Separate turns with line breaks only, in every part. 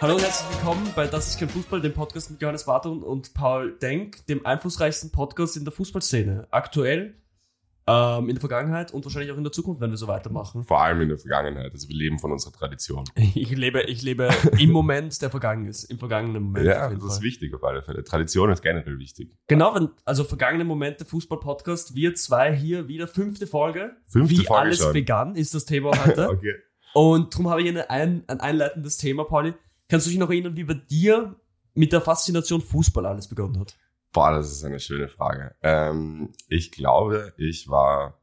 Hallo und herzlich willkommen bei Das ist kein Fußball, dem Podcast mit Johannes Barton und Paul Denk, dem einflussreichsten Podcast in der Fußballszene. Aktuell, ähm, in der Vergangenheit und wahrscheinlich auch in der Zukunft, wenn wir so weitermachen.
Vor allem in der Vergangenheit. Also wir leben von unserer Tradition.
Ich lebe, ich lebe im Moment, der vergangen ist, im vergangenen Moment.
Ja,
auf jeden
das ist
Fall.
wichtig auf alle Fälle. Tradition ist generell wichtig.
Genau, wenn, also vergangene Momente Fußball-Podcast, wir zwei hier wieder, fünfte Folge.
Fünfte
Wie
Folge
alles ne?
schon.
begann, ist das Thema heute.
Okay.
Und darum habe ich eine ein, ein einleitendes Thema, Pauli. Kannst du dich noch erinnern, wie bei dir mit der Faszination Fußball alles begonnen hat?
Boah, das ist eine schöne Frage. Ähm, ich glaube, ich war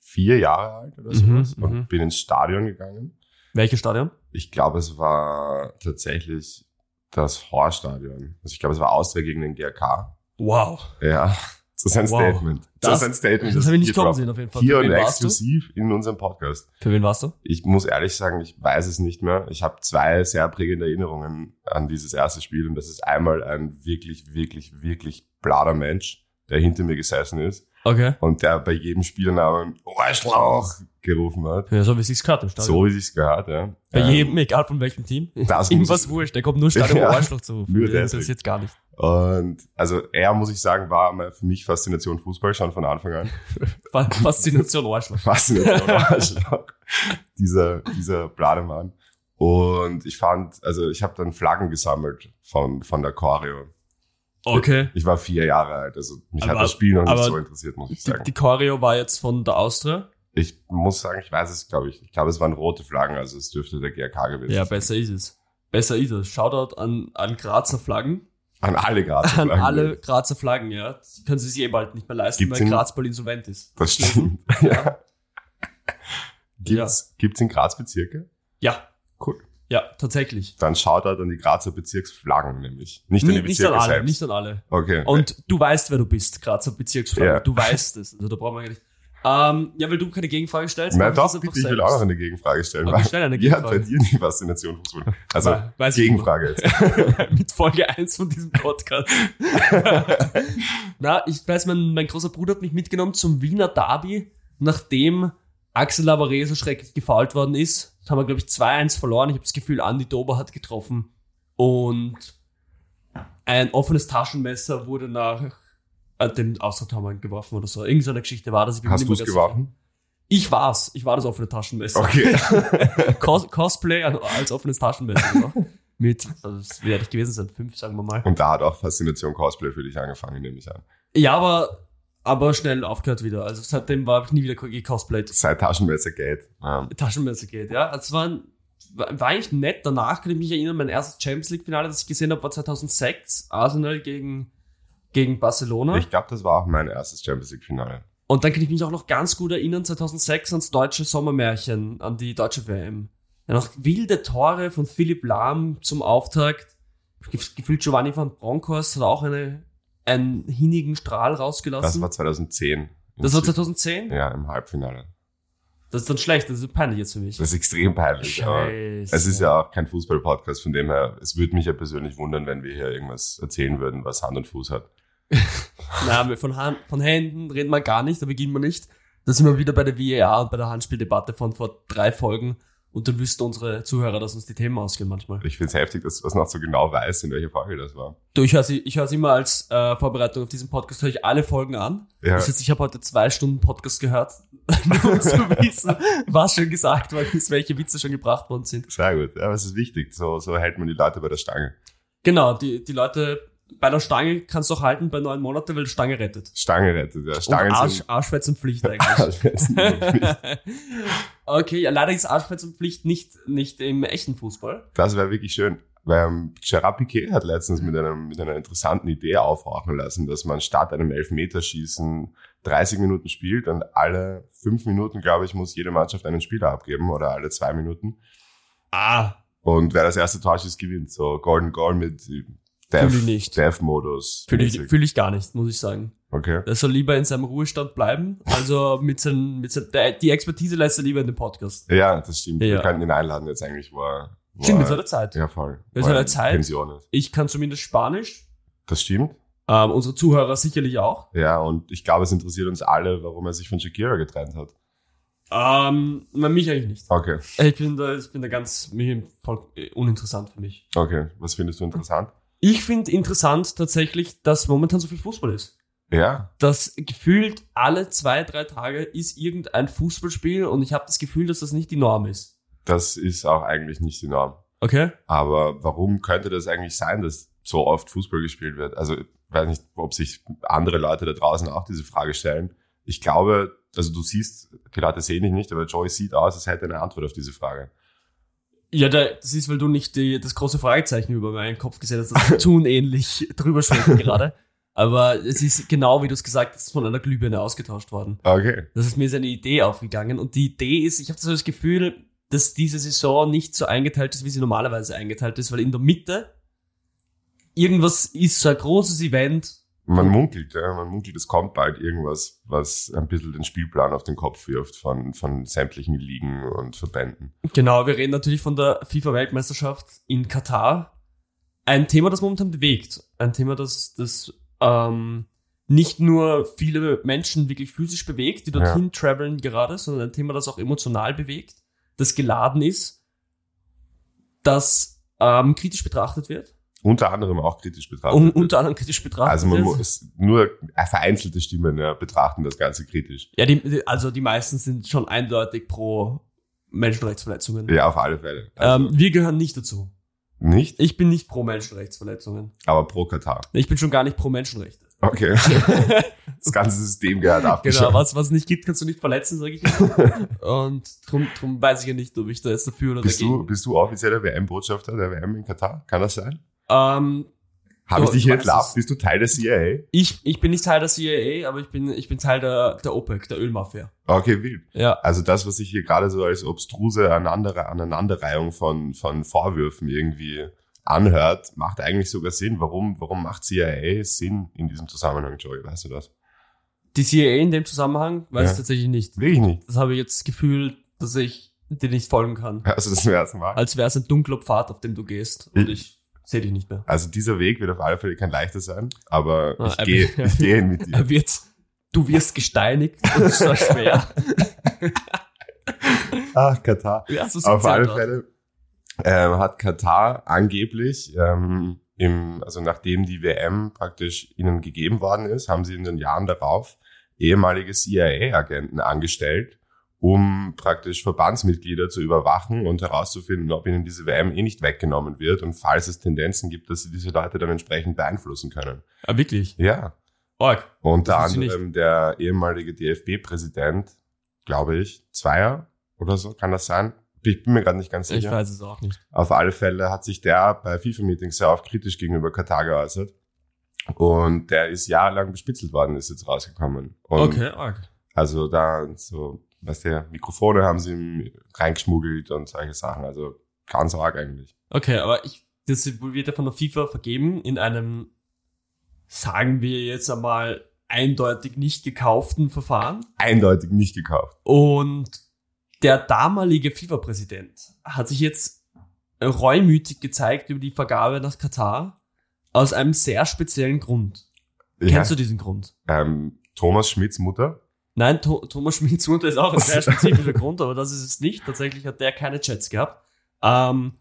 vier Jahre alt oder
Mhm,
sowas
mhm.
und bin ins Stadion gegangen.
Welches Stadion?
Ich glaube, es war tatsächlich das Horststadion. Also ich glaube, es war Austria gegen den GRK.
Wow.
Ja, das ist ein
Wow.
Statement.
Das-
ist ein Statement.
Das habe ich nicht kommen
gedroppt.
sehen, auf jeden Fall.
Hier
Für
und
wen warst du?
exklusiv in unserem Podcast.
Für wen warst du?
Ich muss ehrlich sagen, ich weiß es nicht mehr. Ich habe zwei sehr prägende Erinnerungen an dieses erste Spiel und das ist einmal ein wirklich, wirklich, wirklich blader Mensch, der hinter mir gesessen ist
Okay.
und der bei jedem Spielernamen Ohrschlauch gerufen hat.
Ja, so wie sich's gehört im Stadion.
So wie sich's gehört, ja.
Bei
Ähm,
jedem, egal von welchem Team.
Das muss
Irgendwas
ich-
wurscht, der kommt nur Stadion
Ja.
ja. Arschloch zu rufen.
Nur
Der
deswegen.
interessiert gar nicht.
Und also er, muss ich sagen, war mal für mich Faszination Fußball schon von Anfang an.
Fa- Faszination Arschloch.
Faszination Arschloch. dieser, dieser Blademann. Und ich fand, also ich habe dann Flaggen gesammelt von, von der Choreo.
Okay.
Ich war vier Jahre alt, also mich
Aber-
hat das Spiel noch nicht
aber
so interessiert, muss ich
Die,
sagen.
die Choreo war jetzt von der Austria.
ich muss sagen, ich weiß es, glaube ich. Ich glaube, es waren rote Flaggen, also es dürfte der GRK gewesen
Ja,
sein.
besser ist es. Besser ist es. Shoutout an, an Grazer Flaggen.
An alle Grazer
An
Flaggen.
alle Grazer Flaggen, ja. Das können sie sich eh bald nicht mehr leisten,
Gibt's
weil
in-
Graz bald insolvent ist.
Das stimmt. ja. Gibt's, gibt's in Graz Bezirke?
Ja.
Cool.
Ja, tatsächlich.
Dann schaut halt an die Grazer Bezirksflaggen nämlich. Nicht an die
Nicht, nicht an
Bezirke
alle,
selbst.
nicht an Oh, alle.
okay.
Und du weißt, wer du bist, Grazer Bezirksflagge.
Ja.
Du weißt es. Also da brauchen wir gar nicht. Ähm, ja, weil du keine Gegenfrage stellst.
Na
mach
doch,
das
bitte,
einfach
ich will
selbst.
auch noch eine Gegenfrage stellen.
Okay, stell eine
Wie hat bei
Gegenfrage.
dir die Faszination Fußball? Also,
Weil- weiß ich
Gegenfrage jetzt.
nicht. Mit Folge 1 von diesem Podcast. Na, ich weiß, mein, mein großer Bruder hat mich mitgenommen zum Wiener Derby, nachdem Axel Lavaré so schrecklich gefault worden ist. Das haben wir, glaube ich, 2-1 verloren. Ich habe das Gefühl, Andy Dober hat getroffen. Und ein offenes Taschenmesser wurde nach äh, dem Austritthammer geworfen oder so. Irgend so eine Geschichte war das. Ich bin mir
Hast
nicht mehr
du's
ganz
geworfen?
sicher. Ich war's. Ich war das offene Taschenmesser.
Okay.
Cos Cosplay an- als offenes Taschenmesser. ne? Mit, also das werde ich gewesen sein, fünf, sagen wir mal.
Und da hat auch Faszination Cosplay für dich angefangen, nehme ich an.
Ja, aber, aber schnell aufgehört wieder. Also seitdem war ich nie wieder gecosplayt.
Seit Taschenmesser geht. Ähm,
Taschenmesser geht, ja. Also es war, ein- war war eigentlich nett. Danach kann ich mich erinnern, mein erstes Champions League-Finale, das ich gesehen habe, war 2006. Arsenal gegen, gegen Barcelona.
Ich glaube, das war auch mein erstes Champions League Finale.
Und dann kann ich mich auch noch ganz gut erinnern, 2006 ans deutsche Sommermärchen, an die deutsche WM. Ja, noch wilde Tore von Philipp Lahm zum Auftakt. Gef- Gefühlt Giovanni van Bronckhorst hat auch eine, einen hinnigen Strahl
Das
rausgelassen.
war 2010. Im
Das war
Süd-
2010?
Ja, im Halbfinale.
Das ist dann schlecht, das ist peinlich jetzt für mich.
Das ist extrem peinlich. Aber
Scheiße.
es ist ja auch kein Fußball-Podcast, von dem her, es würde mich ja persönlich wundern, wenn wir hier irgendwas erzählen würden, was Hand und Fuß hat.
Na, wir- von, Han von Händen reden wir gar nicht, da beginnen wir nicht. Da sind wir wieder bei der VAR und bei der Handspieldebatte von vor drei Folgen. Und dann wüssten unsere Zuhörer, dass uns die Themen ausgehen manchmal.
Ich finde es heftig, dass du das noch so genau weißt, in welcher Folge das war.
Du, ich höre sie, ich höre sie immer als äh, Vorbereitung auf diesen Podcast, höre ich alle Folgen an.
Ja.
Das heißt, ich habe heute zwei Stunden Podcast gehört, nur um zu wissen, was schon gesagt worden ist, welche Witze schon gebracht worden sind.
Sehr gut. Ja, aber es ist wichtig. So, so hält man die Leute bei der Stange.
Genau, die, die Leute bei der Stange kannst du auch halten bei neun Monaten, weil die Stange rettet.
Stange rettet, ja.
Und
Stangen
Oh, Arsch,
sind.
Arschweizenpflicht eigentlich. okay, ja, leider ist Arschweizenpflicht nicht, nicht im echten Fußball.
Das wäre wirklich schön. Weil ähm, Gerard Piquet hat letztens mit, einem, mit einer interessanten Idee aufhorchen lassen, dass man statt einem Elfmeterschießen 30 Minuten spielt und alle fünf Minuten, glaube ich, muss jede Mannschaft einen Spieler abgeben oder alle zwei Minuten.
Ah,
Und wer das erste Tor schießt, gewinnt. So Golden Goal mit äh,
ich nicht.
Death-Modus.
fühle ich, fühl ich gar nicht, muss ich sagen.
Okay.
Er soll Also lieber in seinem Ruhestand bleiben. Also mit seinem, mit seinem, der, die Expertise lässt er lieber in den Podcast.
Ja, das stimmt. Wir
Ja.
könnten ihn einladen jetzt eigentlich, wo er... Wo
Stimmt, jetzt
er-
hat er Zeit.
Ja, voll.
Jetzt
Wo
hat er
in
Zeit.
Pension ist.
Ich kann zumindest Spanisch.
Das stimmt.
Ähm, unsere Zuhörer sicherlich auch.
Ja, und ich glaube, es interessiert uns alle, warum er sich von Shakira getrennt hat.
Ähm, nein, mich eigentlich nicht.
Okay,
Ich bin da, ich bin da ganz mich, voll äh, uninteressant für mich.
okay. Was findest du interessant?
Ich finde interessant tatsächlich, dass momentan so viel Fußball ist.
Ja,
Das gefühlt alle zwei, drei Tage ist irgendein Fußballspiel und ich habe das Gefühl, dass das nicht die Norm ist.
das ist auch eigentlich nicht die Norm.
Okay?
Aber warum könnte das eigentlich sein, dass so oft Fußball gespielt wird? Also, ich weiß nicht, ob sich andere Leute da draußen auch diese Frage stellen. Ich glaube, also du siehst, die Leute sehen dich nicht, aber Joey sieht aus, als hätte er eine Antwort auf diese Frage.
Ja, da, das ist, weil du nicht die, das große Fragezeichen über meinen Kopf gesetzt hast. Das tun ähnlich drüber schwenken gerade. Aber es ist genau, wie du es gesagt hast, von einer Glühbirne ausgetauscht worden.
Okay.
Das ist mir seine Idee aufgegangen. Und die Idee ist, ich habe so das Gefühl, dass diese Saison nicht so eingeteilt ist, wie sie normalerweise eingeteilt ist, weil in der Mitte irgendwas ist, so ein großes Event.
Man munkelt, ja, man munkelt, es kommt bald irgendwas, was ein bisschen den Spielplan auf den Kopf wirft von, von sämtlichen Ligen und Verbänden.
Genau, wir reden natürlich von der FIFA-Weltmeisterschaft in Katar. Ein Thema, das momentan bewegt. Ein Thema, das, das ähm, nicht nur viele Menschen wirklich physisch bewegt, die dorthin traveln gerade, sondern ein Thema, das auch emotional bewegt, das geladen ist, das ähm, kritisch betrachtet wird.
Unter anderem auch kritisch betrachtet.
Un
wird.
unter anderem kritisch betrachtet
also man
wird.
muss nur vereinzelte Stimmen ja, betrachten das Ganze kritisch.
Ja, die, die- also die meisten sind schon eindeutig pro Menschenrechtsverletzungen.
Ja, auf alle Fälle. Also
ähm, wir gehören nicht dazu.
nicht,
Ich bin nicht pro Menschenrechtsverletzungen.
aber pro Katar.
Ich bin schon gar nicht pro Menschenrechte.
Okay. das ganze System gehört
Genau,
abgeschafft.
was was nicht gibt, kannst du nicht verletzen, sage ich. Und drum, drum weiß ich ja nicht, ob ich da jetzt dafür oder
Bist du,
dagegen.
bist du offizieller WM-Botschafter der WM in Katar? Kann das sein?
Ähm,
Habe
Ja,
ich dich
ich
hier
weiß
entlarvt?
es.
Bist du Teil der CIA?
ich, ich bin nicht Teil der CIA, aber ich bin, ich bin Teil der, der OPEC, der Ölmafia.
Okay, wild.
Ja.
Also das, was ich hier gerade so als obstruse Aneinander Aneinanderreihung von, von Vorwürfen irgendwie anhört, macht eigentlich sogar Sinn. Warum, warum macht CIA Sinn in diesem Zusammenhang, Joey? Weißt du das?
Die CIA in dem Zusammenhang weiß
Ja.
ich tatsächlich nicht.
Wirklich nicht.
Das habe ich jetzt das Gefühl, dass ich dir nicht folgen kann.
Also das zum ersten Mal.
Als wäre es ein dunkler Pfad, auf dem du gehst und ich sehe dich nicht mehr.
Also dieser Weg wird auf alle Fälle kein leichter sein, aber
Ah,
ich gehe
aber-
ich gehe ihn mit dir.
Er wird, du wirst gesteinigt und es war schwer.
Ach, Katar.
Ja, so halt
Auf
sind's ja
alle
dort.
Fälle ähm, hat Katar angeblich, ähm, im, also nachdem die WM praktisch ihnen gegeben worden ist, haben sie in den Jahren darauf ehemalige CIA-Agenten angestellt, um praktisch Verbandsmitglieder zu überwachen und herauszufinden, ob ihnen diese WM eh nicht weggenommen wird und falls es Tendenzen gibt, dass sie diese Leute dann entsprechend beeinflussen können.
Ah, wirklich?
Ja.
Org.
Unter
Das wusste ich
anderem der ehemalige DFB-Präsident, glaube ich, Zweier oder so, kann das sein? Ich bin mir gerade nicht ganz
Ich
sicher.
weiß es auch nicht.
Auf alle Fälle hat sich der bei FIFA-Meetings sehr oft kritisch gegenüber Katar geäußert. Und der ist jahrelang bespitzelt worden, ist jetzt rausgekommen. Und
Okay, Org.
Also da so, weißt du, Mikrofone haben sie ihm reingeschmuggelt und solche Sachen. Also ganz arg eigentlich.
Okay, aber ich, das wird ja von der FIFA vergeben in einem, sagen wir jetzt einmal, eindeutig nicht gekauften Verfahren.
Eindeutig nicht gekauft.
Und der damalige FIFA-Präsident hat sich jetzt reumütig gezeigt über die Vergabe nach Katar aus einem sehr speziellen Grund. Kennst du diesen Grund?
ähm, Thomas Schmidts Mutter?
Nein, Tho- Thomas Schmidts Mutter ist auch ein sehr spezifischer Grund, aber das ist es nicht. Tatsächlich hat der keine Chats gehabt. Ähm,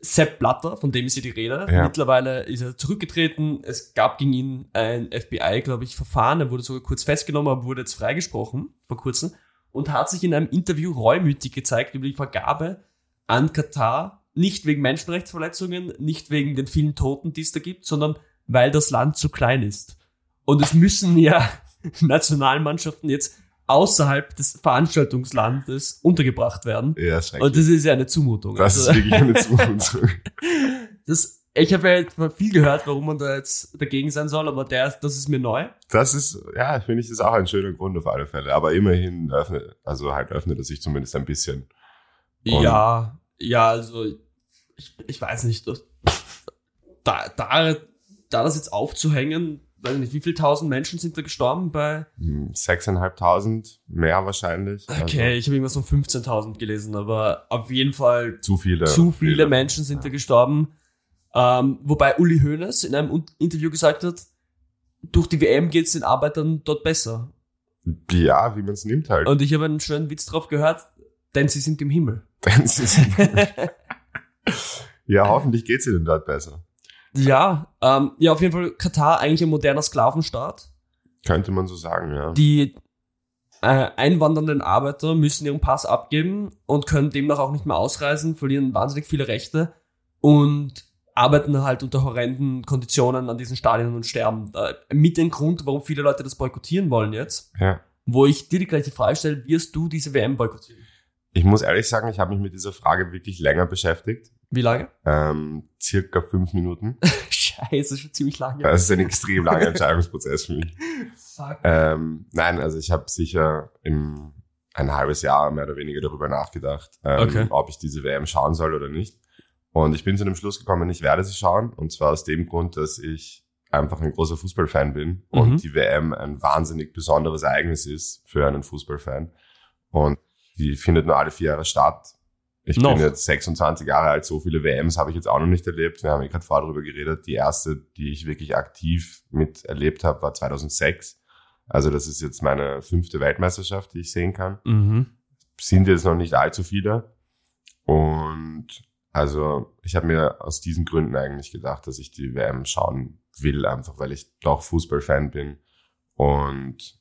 Sepp Blatter, von dem ist hier die Rede.
Ja.
Mittlerweile ist er zurückgetreten. Es gab gegen ihn ein FBI, glaube ich, Verfahren. Er wurde sogar kurz festgenommen, aber wurde jetzt freigesprochen vor kurzem und hat sich in einem Interview reumütig gezeigt über die Vergabe an Katar. Nicht wegen Menschenrechtsverletzungen, nicht wegen den vielen Toten, die es da gibt, sondern weil das Land zu klein ist. Und es müssen ja Nationalmannschaften jetzt außerhalb des Veranstaltungslandes untergebracht werden.
Ja, schrecklich.
Und das ist ja eine Zumutung. Also,
Das ist wirklich eine Zukunft.
das, ich habe ja jetzt mal viel gehört, warum man da jetzt dagegen sein soll, aber der, das ist mir neu.
Das ist, ja, finde ich, ist auch ein schöner Grund auf alle Fälle. Aber immerhin öffnet, also halt öffnet es sich zumindest ein bisschen. Und-
Ja, ja, also ich, ich weiß nicht, das- da, da, da das jetzt aufzuhängen, weiß ich nicht, wie viele tausend Menschen sind da gestorben bei.
Hm, 6.500, mehr wahrscheinlich. Also
Okay, ich habe irgendwas von 15.000 gelesen, aber auf jeden Fall
Also, zu viele.
zu viele Menschen sind da gestorben. Ähm, wobei Uli Hoeneß in einem Un- Interview gesagt hat, durch die WM geht es den Arbeitern dort besser.
Ja, wie man es nimmt halt.
Und ich habe einen schönen Witz drauf gehört, denn sie sind im Himmel.
Denn sie sind- ja, hoffentlich geht's ihnen dort besser.
Ja, ähm, ja, auf jeden Fall Katar eigentlich ein moderner Sklavenstaat.
Könnte man so sagen, ja.
Die äh, einwandernden Arbeiter müssen ihren Pass abgeben und können demnach auch nicht mehr ausreisen, verlieren wahnsinnig viele Rechte und arbeiten halt unter horrenden Konditionen an diesen Stadien und sterben. Äh, mit dem Grund, warum viele Leute das boykottieren wollen jetzt,
ja.
wo ich dir die gleiche Frage stelle, wirst du diese WM boykottieren?
Ich muss ehrlich sagen, ich habe mich mit dieser Frage wirklich länger beschäftigt.
Wie lange?
Ähm, circa fünf Minuten.
Scheiße, schon ziemlich lange.
Das ist ein extrem langer Entscheidungsprozess für mich.
Fuck.
Ähm, nein, also ich habe sicher im, ein halbes Jahr mehr oder weniger darüber nachgedacht, ähm,
Okay.
ob ich diese WM schauen soll oder nicht. Und ich bin zu dem Schluss gekommen, ich werde sie schauen. Und zwar aus dem Grund, dass ich einfach ein großer Fußballfan bin
Mhm.
und die WM ein wahnsinnig besonderes Ereignis ist für einen Fußballfan. Und die findet nur alle vier Jahre statt. Ich
Noch.
bin jetzt 26 Jahre alt, so viele WMs habe ich jetzt auch noch nicht erlebt. Wir haben ja gerade vorher darüber geredet. Die erste, die ich wirklich aktiv mit erlebt habe, war 2006. Also das ist jetzt meine fünfte Weltmeisterschaft, die ich sehen kann.
Mhm.
Sind jetzt noch nicht allzu viele. Und also ich habe mir aus diesen Gründen eigentlich gedacht, dass ich die WM schauen will, einfach weil ich doch Fußballfan bin. Und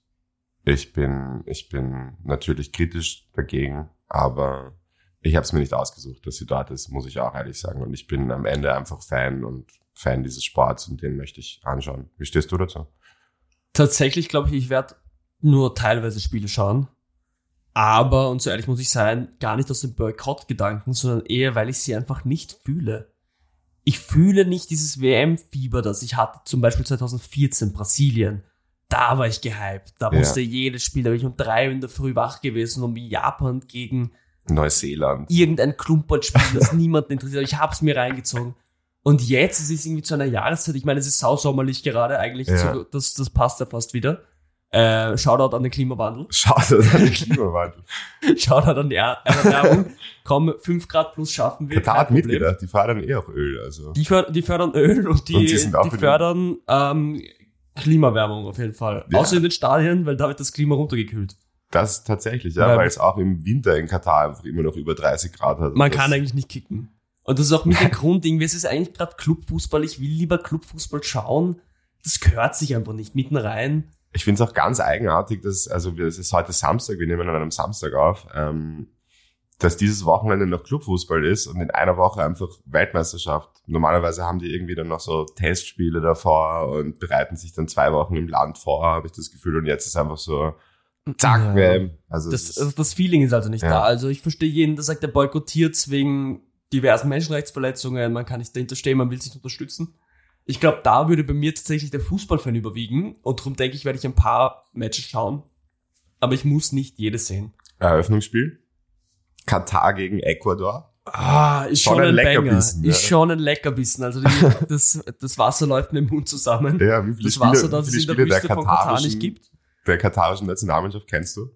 ich bin, ich bin natürlich kritisch dagegen, aber ich habe es mir nicht ausgesucht, dass sie dort ist, muss ich auch ehrlich sagen. Und ich bin am Ende einfach Fan und Fan dieses Sports und den möchte ich anschauen. Wie stehst du dazu?
Tatsächlich glaube ich, ich werde nur teilweise Spiele schauen. Aber, und so ehrlich muss ich sein, gar nicht aus dem Boykott-Gedanken, sondern eher, weil ich sie einfach nicht fühle. Ich fühle nicht dieses WM-Fieber, das ich hatte, zum Beispiel 2014 Brasilien. Da war ich gehypt. Da
Ja.
musste jedes Spiel, da bin ich um drei Uhr in der Früh wach gewesen, um Japan gegen
Neuseeland.
irgendein Klumpernspiel, das niemanden interessiert. Ich hab's mir reingezogen. Und jetzt ist es irgendwie zu einer Jahreszeit. Ich meine, es ist sausommerlich gerade eigentlich.
Ja.
So, das, das passt ja fast wieder. Äh, Shoutout an den Klimawandel.
Schade, dass der Klimawandel.
Shoutout an die Er- Erderwärmung. Komm, 5 Grad plus schaffen wir.
Katar hat
kein Problem.
mitgedacht, die fahren eh auf Öl. Also.
Die, förd die fördern Öl und die,
Und die sind auch
die
für die-
fördern ähm, Klimawärmung auf jeden Fall.
Ja.
Außer in den Stadien, weil da wird das Klima runtergekühlt.
Das tatsächlich, ja,
Weil-
weil es auch im Winter in Katar einfach immer noch über 30 Grad hat.
Man
Das-
kann eigentlich nicht kicken. Und das ist auch mit dem Grund, irgendwie, es ist eigentlich gerade Clubfußball, ich will lieber Clubfußball schauen. Das gehört sich einfach nicht mitten rein.
Ich finde es auch ganz eigenartig, dass, also wir, es ist heute Samstag, wir nehmen an einem Samstag auf, ähm, dass dieses Wochenende noch Clubfußball ist und in einer Woche einfach Weltmeisterschaft. Normalerweise haben die irgendwie dann noch so Testspiele davor und bereiten sich dann zwei Wochen im Land vor, habe ich das Gefühl. Und jetzt ist einfach so, zack,
Ja.
WM. Also es
Das,
ist-
also das Feeling ist also nicht
Ja.
da. Also ich verstehe jeden, der sagt, der boykottiert wegen diversen Menschenrechtsverletzungen, man kann nicht dahinter stehen, man will sich unterstützen. Ich glaube, da würde bei mir tatsächlich der Fußballfan überwiegen und darum denke ich, werde ich ein paar Matches schauen. Aber ich muss nicht jedes sehen.
Eröffnungsspiel. Katar gegen Ecuador.
Ah, ist schon,
Schon ein
ein,
Leckerbissen,
Banger. Ist
ja.
schon ein Leckerbissen. Also die, das, das Wasser läuft mir im Mund zusammen.
Ja, wie viele
Das Wasser,
Spiele,
das
wie
es
viele
in der
Spiele der
Wüste von Katar
katarischen,
nicht gibt.
der katarischen Nationalmannschaft kennst du?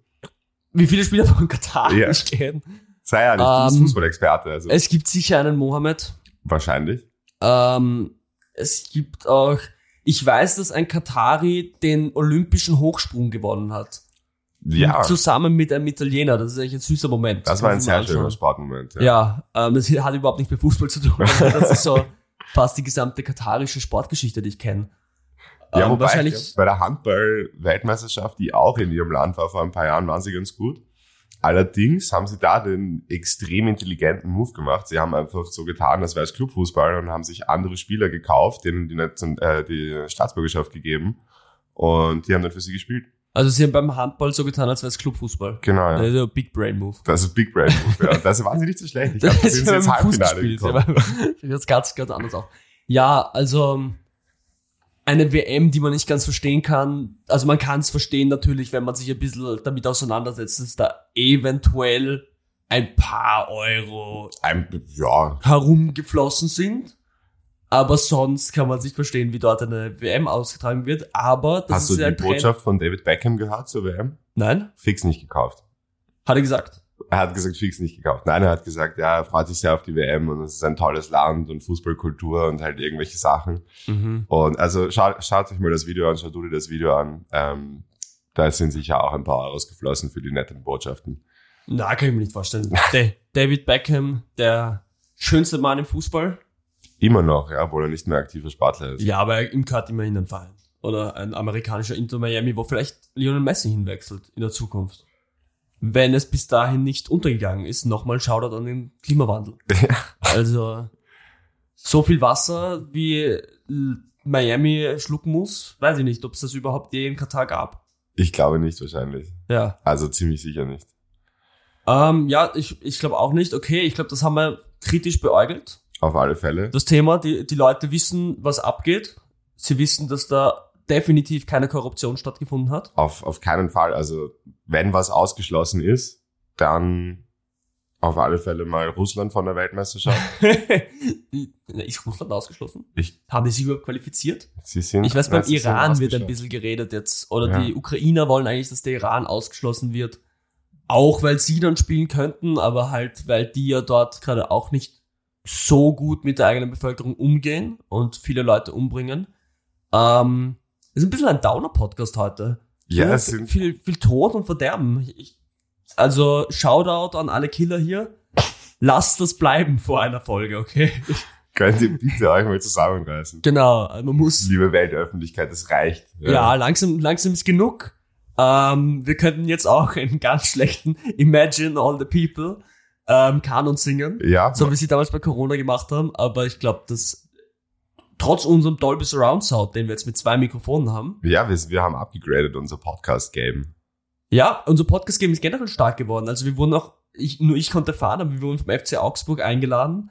Wie viele Spieler von Katar
Ja.
nicht kennen.
Sei ehrlich, du bist
Ähm,
Fußballexperte, also
Es gibt sicher einen Mohammed.
wahrscheinlich.
Ähm, es gibt auch, ich weiß, dass ein Katari den olympischen Hochsprung gewonnen hat.
Ja,
Zusammen mit einem Italiener. Das ist eigentlich ein süßer Moment.
das war ein
Muss
sehr
man anschauen.
schöner Sportmoment. Ja.
Ja, ähm, das hat überhaupt nicht mit Fußball zu tun. Also das ist so fast die gesamte katarische Sportgeschichte, die ich kenne.
Ja,
Ähm,
wobei
wahrscheinlich.
ich glaub, bei der Handball-Weltmeisterschaft, die auch in ihrem Land war vor ein paar Jahren, waren sie ganz gut. Allerdings haben sie da den extrem intelligenten Move gemacht. Sie haben einfach so getan, als wäre es Clubfußball und haben sich andere Spieler gekauft, denen die, Nation, äh, die Staatsbürgerschaft gegeben und die haben dann für sie gespielt.
Also sie haben beim Handball so getan, als wäre es Clubfußball.
Genau, ja.
Also Big Brain Move.
Das ist Big Brain Move. Ja. Und Das waren sie nicht so schlecht. Ich glaube, da sind sie
beim
ins
Fuß
Halbfinale
gespielt.
gekommen.
Ja, Das ganz, ganz anders auch. Ja, also ähm, eine WM, die man nicht ganz verstehen kann. Also man kann es verstehen natürlich, wenn man sich ein bisschen damit auseinandersetzt, dass da eventuell ein paar Euro
Ein, ja,
herumgeflossen sind. Aber sonst kann man sich verstehen, wie dort eine WM ausgetragen wird. Aber das
Hast du
ist
die
ja ein Trend.
Botschaft von David Beckham gehört zur WM?
Nein,
Fix nicht gekauft.
hat er gesagt.
Er hat gesagt, fix nicht gekauft. Nein, er hat gesagt, ja, er freut sich sehr auf die WM und es ist ein tolles Land und Fußballkultur und halt irgendwelche Mhm. Sachen. Und also schaut, schaut euch mal das Video an, schaut du dir das Video an. Ähm, da sind sicher auch ein paar Euros geflossen für die netten Botschaften.
Na, kann ich mir nicht vorstellen. Da- David Beckham, der schönste Mann im Fußball.
Immer noch, ja, obwohl er nicht mehr aktiver Sportler ist.
Ja, aber ihm gehört immerhin ein Verein. Oder ein amerikanischer Inter Miami, wo vielleicht Lionel Messi hinwechselt in der Zukunft. Wenn es bis dahin nicht untergegangen ist, nochmal Shoutout an den Klimawandel. Also, so viel Wasser, wie L- Miami schlucken muss, weiß ich nicht, ob es das überhaupt je in Katar gab.
Ich glaube nicht wahrscheinlich.
Ja.
Also ziemlich sicher nicht.
Ähm, ja, ich, ich glaube auch nicht. Okay, ich glaube, das haben wir kritisch beäugelt.
Auf alle Fälle.
das Thema. Die, die Leute wissen, was abgeht. Sie wissen, dass da definitiv keine Korruption stattgefunden hat.
Auf, auf keinen Fall. Also wenn was ausgeschlossen ist, dann auf alle Fälle mal Russland von der Weltmeisterschaft.
ist Russland ausgeschlossen?
Ich-
Haben die sich überhaupt qualifiziert?
Sie sind,
Ich weiß, beim
nein, sie sind
Iran wird ein
ausgeschlossen.
bisschen geredet jetzt. Oder
Ja.
die Ukrainer wollen eigentlich, dass der Iran ausgeschlossen wird. Auch weil sie dann spielen könnten, aber halt, weil die ja dort gerade auch nicht so gut mit der eigenen Bevölkerung umgehen und viele Leute umbringen. Ähm, ist ein bisschen ein Downer-Podcast heute.
Ja,
Viel-
es sind
viel, viel Tod und Verderben. Ich, also Shoutout an alle Killer hier. Lasst das bleiben vor einer Folge, okay?
Könnt ihr bitte euch mal zusammenreißen?
Genau, man muss.
Liebe Weltöffentlichkeit, das reicht.
Ja, langsam, langsam ist genug. Ähm, wir könnten jetzt auch einen ganz schlechten Imagine All the People ähm, Kanon singen,
Ja,
so wie sie damals bei Corona gemacht haben. Aber ich glaube, dass trotz unserem Dolby Surround Sound, den wir jetzt mit zwei Mikrofonen haben,
ja wir, wir haben abgegradet unser Podcast-Game.
Ja, unser Podcast-Game ist generell stark geworden. Also wir wurden auch, ich, nur ich konnte fahren, aber wir wurden vom FC Augsburg eingeladen,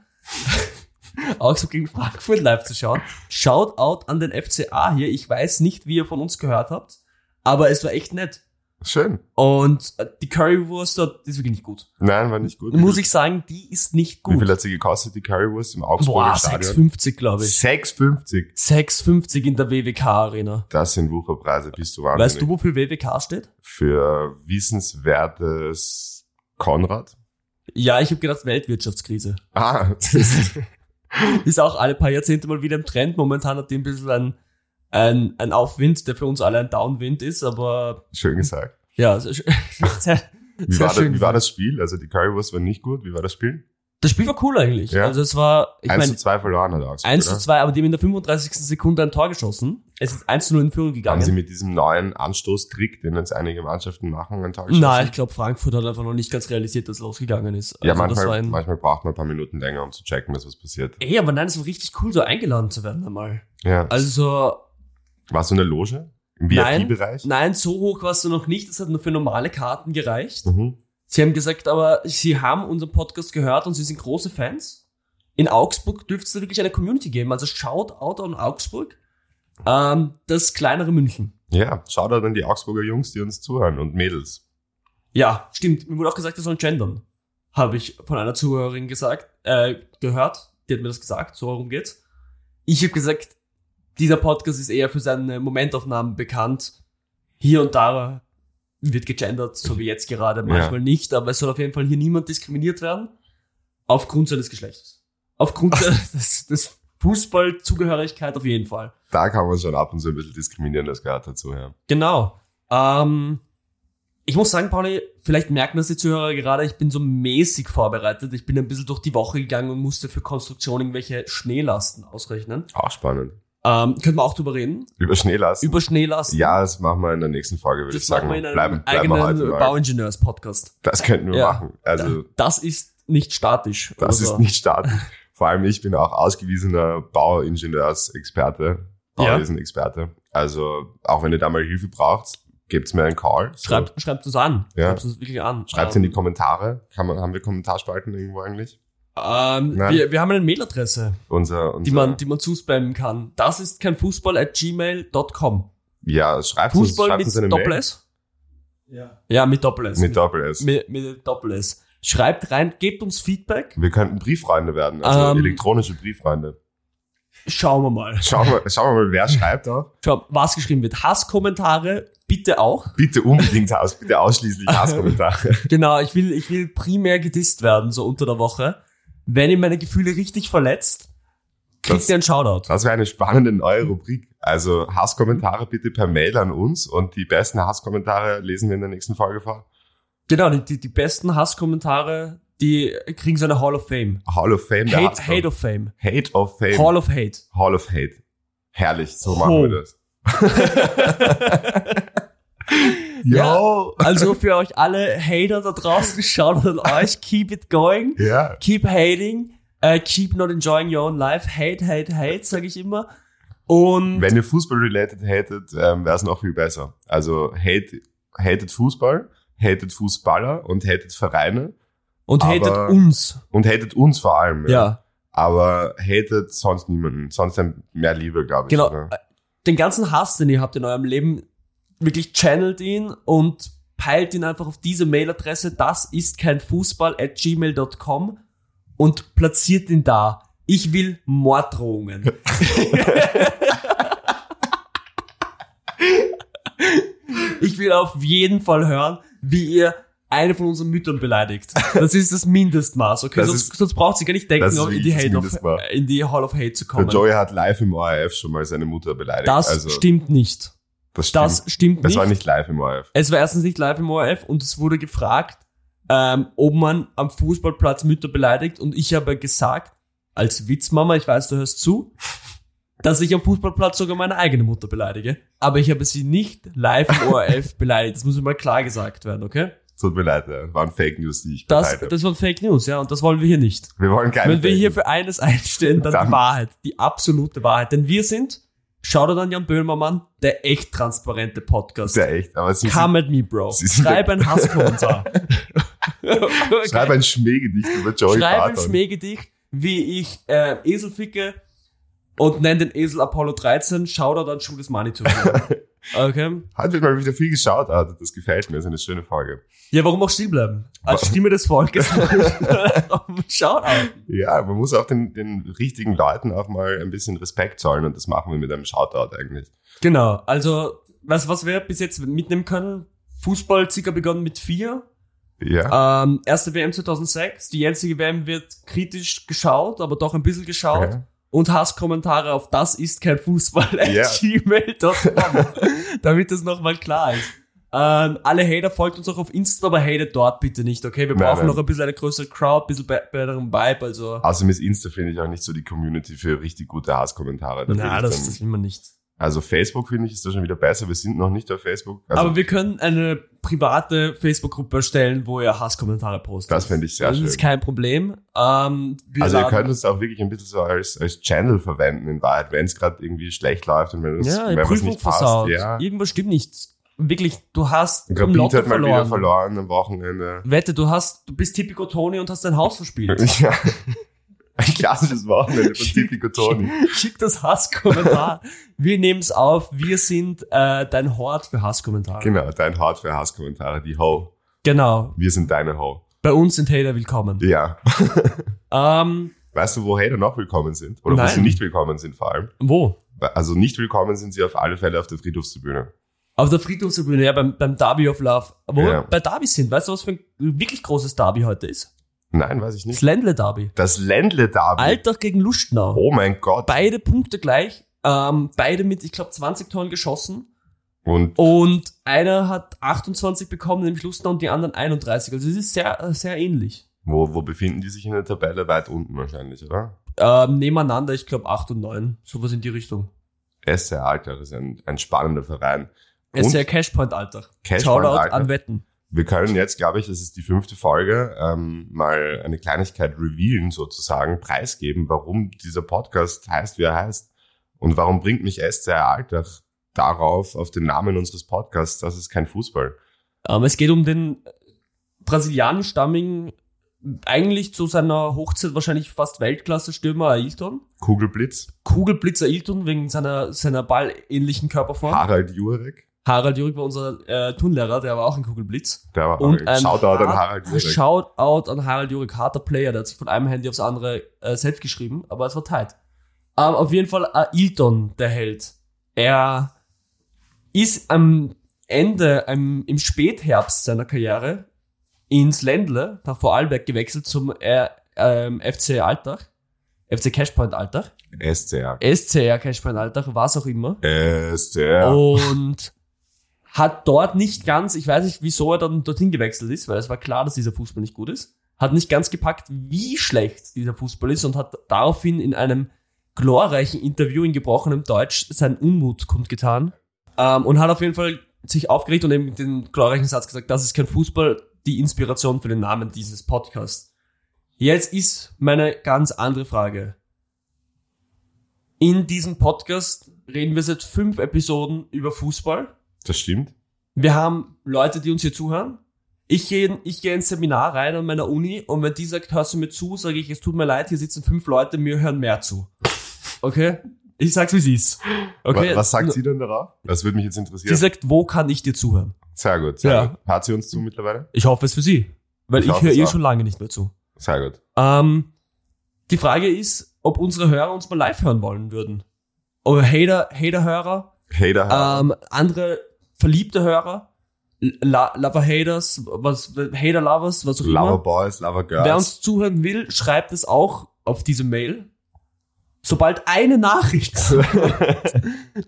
Augsburg gegen Frankfurt live zu schauen. Shoutout an den FCA hier. Ich weiß nicht, wie ihr von uns gehört habt, aber es war echt nett.
Schön.
Und äh, die Currywurst dort ist wirklich nicht gut.
Nein, war nicht gut.
Muss ich sagen, die ist nicht
Wie viel
gut.
hat sie gekostet, die Currywurst im Augsburger
Boah,
Stadion?
6,50 glaube ich.
6,50.
6,50 in der WWK-Arena.
Das sind Wucherpreise, bist du wahnsinnig.
Weißt du, wofür WWK steht?
Für wissenswertes Konrad?
Ja, ich habe gedacht, Weltwirtschaftskrise.
Ah, das ist-
ist auch alle paar Jahrzehnte mal wieder im Trend. Momentan hat die ein bisschen ein, ein, ein Aufwind, der für uns alle ein Downwind ist, aber
schön gesagt.
ja, sehr, schön- sehr,
Wie
sehr
war, das,
schön.
wie war das Spiel? Also die Currywurst war nicht gut. Wie war das Spiel?
das Spiel war cool eigentlich.
Ja.
Also es war, ich
1 zu
meine,
2 verloren hat Augsburg,
1
oder?
zu 2, aber die haben in der 35. Sekunde ein Tor geschossen. Es ist 1 zu 0 in Führung
Haben sie
gegangen.
mit diesem neuen Anstoßtrick, den jetzt einige Mannschaften machen, einen Tag
Nein,
geschossen?
ich glaube, Frankfurt hat einfach noch nicht ganz realisiert, dass losgegangen ist.
Ja,
Also das war
manchmal,
ein,
manchmal braucht man ein paar Minuten länger, um zu checken, dass was passiert.
Ey, aber nein, es war richtig cool, so eingeladen zu werden einmal.
Ja.
Also,
Warst du in der Loge? Im
Nein.
VIP-Bereich?
nein, so hoch warst du noch nicht. Es hat nur für normale Karten gereicht.
Mhm.
Sie haben gesagt, aber sie haben unseren Podcast gehört und sie sind große Fans. In Augsburg dürfte es da wirklich eine Community geben. Also Shoutout an Augsburg. Ähm, das kleinere München.
Ja, schaut dann die Augsburger Jungs, die uns zuhören und Mädels.
Ja, stimmt. Mir wurde auch gesagt, wir sollen gendern. Habe ich von einer Zuhörerin gesagt, äh, gehört. Die hat mir das gesagt, so herum geht's. Ich habe gesagt, dieser Podcast ist eher für seine Momentaufnahmen bekannt. Hier und da wird gegendert, so wie jetzt gerade, manchmal nicht, aber es soll auf jeden Fall hier niemand diskriminiert werden. Aufgrund seines Geschlechtes. Aufgrund der- des, des Fußballzugehörigkeit auf jeden Fall.
Da kann man schon ab und zu ein bisschen diskriminieren, das gehört dazu, ja.
Genau. Ähm, ich muss sagen, Pauli, vielleicht merken das die Zuhörer gerade, ich bin so mäßig vorbereitet. Ich bin ein bisschen durch die Woche gegangen und musste für Konstruktion irgendwelche Schneelasten ausrechnen.
Auch spannend.
Ähm, können wir auch drüber reden?
Über Schneelasten.
Über Schneelasten.
ja, das machen wir in der nächsten Folge, würde ich
das
sagen.
machen wir in einem
bleiben, bleiben wir heute
eigenen
mal.
Bauingenieurs-Podcast.
Das könnten wir
Ja.
machen. Also,
Das ist nicht statisch. Also
das
oder so.
ist nicht starten. Vor allem ich bin auch ausgewiesener Bauingenieursexperte,
Ja.
Bauwesenexperte. Also, auch wenn ihr da mal Hilfe braucht, gebt's mir einen Call. So.
Schreibt, schreibt uns an.
Ja.
Schreibt uns wirklich an.
Schreibt in die Kommentare. Kann man, haben wir Kommentarspalten irgendwo eigentlich?
ähm,
Nein.
wir, wir haben eine Mailadresse,
Unser, unser
die man, die man zuspammen kann. Das ist kein Fußball at gmail.com.
ja, schreibt
Fußball
uns, schreibt uns eine
mit Doppel
Mail.
S? Ja. Ja, mit Doppel S.
Mit Doppel S.
mit, mit Doppel S. Schreibt rein, gebt uns Feedback.
Wir könnten Brieffreunde werden, also
Ähm.
elektronische Brieffreunde.
Schauen wir mal.
Schauen wir, schauen wir mal, wer schreibt auch.
Schau, was geschrieben wird. Hasskommentare, bitte auch.
Bitte unbedingt Hass, bitte ausschließlich Hasskommentare.
Genau, ich will, ich will primär gedisst werden, so unter der Woche. Wenn ihr meine Gefühle richtig verletzt, Kriegt ihr einen Shoutout.
Das wäre eine spannende neue Rubrik. Also Hasskommentare bitte per Mail an uns und die besten Hasskommentare lesen wir in der nächsten Folge vor.
Genau, die, die, die besten Hasskommentare, die kriegen so eine Hall of Fame.
Hall of Fame. der
Hate,
Hasskom-
Hate of Fame.
Hate of Fame.
Hall of Hate.
Hall of Hate. Herrlich, so machen
Oh.
wir das. Yo!
Also für euch alle Hater da draußen, schaut an euch, keep it going,
Ja.
keep hating, äh, keep not enjoying your own life, hate, hate, hate, sage ich immer. Und
Wenn ihr Fußball-related hatet, ähm, wäre es noch viel besser. Also hate, hatet Fußball, hatet Fußballer und hatet Vereine
Und
Aber-
hatet uns.
und hatet uns vor allem.
Ja.
Aber hatet sonst niemanden. Sonst dann mehr Liebe, glaube ich.
Genau.
oder?
Den ganzen Hass, den ihr habt in eurem Leben, wirklich channelt ihn und peilt ihn einfach auf diese Mailadresse, das ist kein Fußball at gmail.com und platziert ihn da. Ich will Morddrohungen. ich will auf jeden Fall hören, wie ihr eine von unseren Müttern beleidigt. Das ist das Mindestmaß, okay?
Das
Sonst,
ist-
sonst braucht sie gar nicht denken,
das ist
um in die,
wirklich das
Hate of,
Mindestmaß.
in die Hall of Hate zu
Der
kommen.
Joey hat live im ORF schon mal seine Mutter beleidigt.
Das
also,
stimmt nicht.
Das stimmt.
Das
Das,
stimmt nicht.
war nicht live im ORF.
Es war erstens nicht live im ORF und es wurde gefragt, ähm, ob man am Fußballplatz Mütter beleidigt und ich habe gesagt, als Witzmama, ich weiß, du hörst zu, dass ich am Fußballplatz sogar meine eigene Mutter beleidige. Aber ich habe sie nicht live im ORF beleidigt. Das muss immer klar gesagt werden, okay?
Tut mir leid, ja. waren Fake News, die ich
Das,
verteilt habe.
das waren Fake News, ja, und das wollen wir hier nicht.
Wir wollen keine
Wenn wir
Fake
hier
News.
für eines einstehen, dann, die
Dann-
Wahrheit, die absolute Wahrheit. Denn wir sind, Shoutout an Jan Böhmermann, der echt transparente Podcast.
Ja, echt, aber sie
Come at me, Bro.
Sie sind-
Schreib ein Hasskommentar. okay.
sind, schreib ein Schmähgedicht über Joey
Schreib ein
Barton.
Schmähgedicht, wie ich äh, Esel ficke und nenn den Esel Apollo 13. Shoutout an Schules Manitou. Okay.
Hat mir mal wieder viel geschaut, also das gefällt mir, das ist eine schöne Folge.
Ja, warum auch still bleiben? Als Stimme des Volkes. Shoutout.
Ja, man muss auch den, den richtigen Leuten auch mal ein bisschen Respekt zollen und das machen wir mit einem Shoutout eigentlich.
Genau. Also, was, was wir bis jetzt mitnehmen können, Fußball, circa begonnen mit vier,
Ja,
Ähm, erste WM 2006. Die jetzige WM wird kritisch geschaut, aber doch ein bisschen geschaut.
Okay.
Und Hasskommentare auf das ist kein Fußball
Ja.
gmail.com, damit das nochmal klar ist. Ähm, alle Hater folgt uns auch auf Insta, aber hatet dort bitte nicht, okay? Wir
Nein,
brauchen
nein. Ah,
noch ein bisschen eine größere Crowd, ein bisschen be besseren Vibe, also.
außerdem ist Insta, finde ich, auch nicht so die Community für richtig gute Hasskommentare. Da würde
Na,
ich
das,
dann-
das will man nicht.
also Facebook, finde ich, ist da schon wieder besser. Wir sind noch nicht auf Facebook. Also
aber wir können eine private Facebook-Gruppe erstellen, wo ihr Hasskommentare postet.
Das fände ich sehr
das
schön.
Das ist kein Problem. Ähm, wir
also ihr
laden-
könnt uns auch wirklich ein bisschen so als, als Channel verwenden in Wahrheit, wenn es gerade irgendwie schlecht läuft und wenn es
Ja, die
wenn was
Prüfung
nicht passt.
versaut.
Ja.
Irgendwas stimmt nicht. Wirklich, du hast im
Rapid
Lotto
hat mal wieder
verloren.
verloren am Wochenende.
Wette, du hast, du bist typico Toni und hast dein Haus verspielt.
Ja. Ein klassisches Wochenende von Tipico Toni.
Schick das Hasskommentar. wir nehmen es auf. Wir sind äh, dein Hort für Hasskommentare.
Genau, dein Hart für Hasskommentare, die Ho.
genau.
Wir sind deine Ho.
Bei uns sind Hater willkommen.
Ja.
Ähm,
Weißt du, wo Hater noch willkommen sind? Oder
Nein.
wo sie nicht willkommen sind vor allem?
wo?
Also nicht willkommen sind sie auf alle Fälle auf der Friedhofstribüne.
Auf der Friedhofstribüne, ja, beim, beim Derby of Love. Wo
Ja.
wir bei Derby sind, weißt du, was für ein wirklich großes Derby heute ist?
Nein, weiß ich
Das
nicht.
Ländle-Derby.
Das Ländle-Derby.
Altach gegen Lustenau.
Oh mein Gott.
beide Punkte gleich, ähm, beide mit, ich glaube, 20 Toren geschossen.
Und
Und einer hat 28 bekommen, nämlich Lustenau, und die anderen 31. Also es ist sehr, äh, sehr ähnlich.
wo, wo befinden die sich in der Tabelle? Weit unten wahrscheinlich, oder?
Ähm, nebeneinander, ich glaube, 8 und 9. Sowas in die Richtung.
SR Altach ist ein, ein spannender Verein.
Es ist
Und?
ja Cashpoint Alltag.
Cashpoint
Shoutout
Alltag.
an Wetten.
Wir können jetzt, glaube ich, das ist die fünfte Folge, ähm, mal eine Kleinigkeit revealen sozusagen, preisgeben, warum dieser Podcast heißt, wie er heißt. Und warum bringt mich SCR Altach darauf, auf den Namen unseres Podcasts, das ist kein Fußball.
Ähm, es geht um den brasilianischen Stamming, eigentlich zu seiner Hochzeit wahrscheinlich fast Weltklasse-Stürmer Ailton.
Kugelblitz,
Kugelblitzer Ailton wegen seiner, seiner ballähnlichen Körperform.
Harald Jurek,
Harald Jürg war unser äh, Turnlehrer, der war auch ein Kugelblitz.
der war
Und ein
Shoutout an
Har-
Harald Jurek.
Also Shoutout an Harald Jurek, harter Player, der hat sich von einem Handy aufs andere äh, selbst geschrieben, aber es war tight. Ähm, auf jeden Fall Ailton, der Held. Er ist am Ende, am, im Spätherbst seiner Karriere, ins Ländle, nach Vorarlberg gewechselt zum äh, ähm, FC Altach. FC Cashpoint Alltag,
SCR.
SCR Cashpoint Alltag, was auch immer.
SCR.
Oh. Und hat dort nicht ganz, ich weiß nicht, wieso er dann dorthin gewechselt ist, weil es war klar, dass dieser Fußball nicht gut ist. Hat nicht ganz gepackt, wie schlecht dieser Fußball ist und hat daraufhin in einem glorreichen Interview in gebrochenem Deutsch seinen Unmut kundgetan. Ähm, und hat auf jeden Fall sich aufgeregt und eben den glorreichen Satz gesagt, das ist kein Fußball, die Inspiration für den Namen dieses Podcasts. Jetzt ist meine ganz andere Frage. In diesem Podcast reden wir seit fünf Episoden über Fußball.
Das stimmt.
Wir haben Leute, die uns hier zuhören. Ich gehe ich geh ins Seminar rein an meiner Uni und wenn die sagt, hörst du mir zu, sage ich, es tut mir leid, hier sitzen fünf Leute, mir hören mehr zu. Okay? Ich sag's, wie sie ist. Okay?
Wa- Was sagt sie denn darauf? Das würde mich jetzt interessieren.
Sie sagt, wo kann ich dir zuhören?
Sehr gut. Sehr
Ja.
gut. Hört sie uns zu mittlerweile?
Ich hoffe es für sie. Weil
Ich
ich,
hoffe
höre
es
ihr
auch.
schon lange nicht mehr zu.
Sehr gut.
Ähm, die Frage ist, ob unsere Hörer uns mal live hören wollen würden. Oder Hater, Hater-Hörer,
Hater. haben.
Ähm, andere verliebte Hörer, La Lover Haters, was, Hater Lovers, was auch
Lover
immer.
Boys, Lover Girls.
Wer uns zuhören will, schreibt es auch auf diese Mail. Sobald eine Nachricht,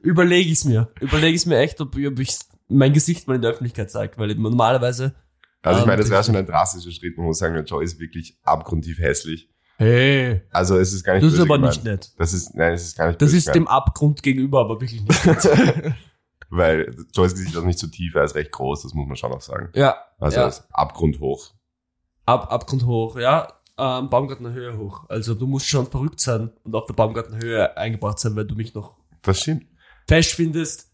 überlege ich es mir. Überlege ich es mir echt, ob, ob ich mein Gesicht mal in der Öffentlichkeit zeige, weil normalerweise,
also ich
ähm,
meine, das wäre schon ein drastischer Schritt. Man muss sagen, der Joe ist wirklich abgrundtief hässlich.
hey,
Also es ist gar nicht
das ist
böse
aber
gemeint.
nicht nett.
Das ist, nein, es ist gar nicht
Das
böse
ist dem Abgrund gegenüber aber wirklich nicht.
Weil Joys Gesicht ist auch nicht so tief, er ist recht groß, das muss man schon auch sagen.
ja,
Also
Ja.
er ist abgrundhoch.
Ab, Abgrund hoch, ja. Ähm, Baumgartner Höhe hoch. Also du musst schon verrückt sein und auf der Baumgartner Höhe eingebracht sein, wenn du mich noch
Das stimmt.
fest findest.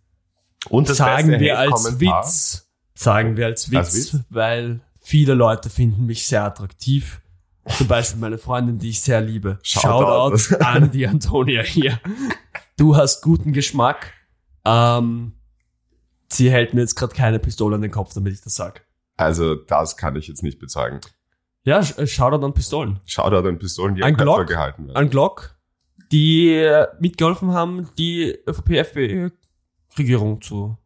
Und
sagen
beste
wir als
Hate-Kommentar-
Witz. Sagen wir als Witz,
Als Witz?
weil viele Leute finden mich sehr attraktiv. Zum Beispiel meine Freundin, die ich sehr liebe.
Shoutout.
Shoutout an die Antonia hier. Du hast guten Geschmack. Ähm, sie hält mir jetzt gerade keine Pistole an den Kopf, damit ich das sag.
Also das kann ich jetzt nicht bezeugen.
Ja, Sh- äh, Shoutout an Pistolen.
Shoutout an Pistolen, die
An
am Köpfer
Glock?
gehalten werden.
an Glock, die äh, mitgeholfen haben, die ÖVP-FPÖ-Regierung zu,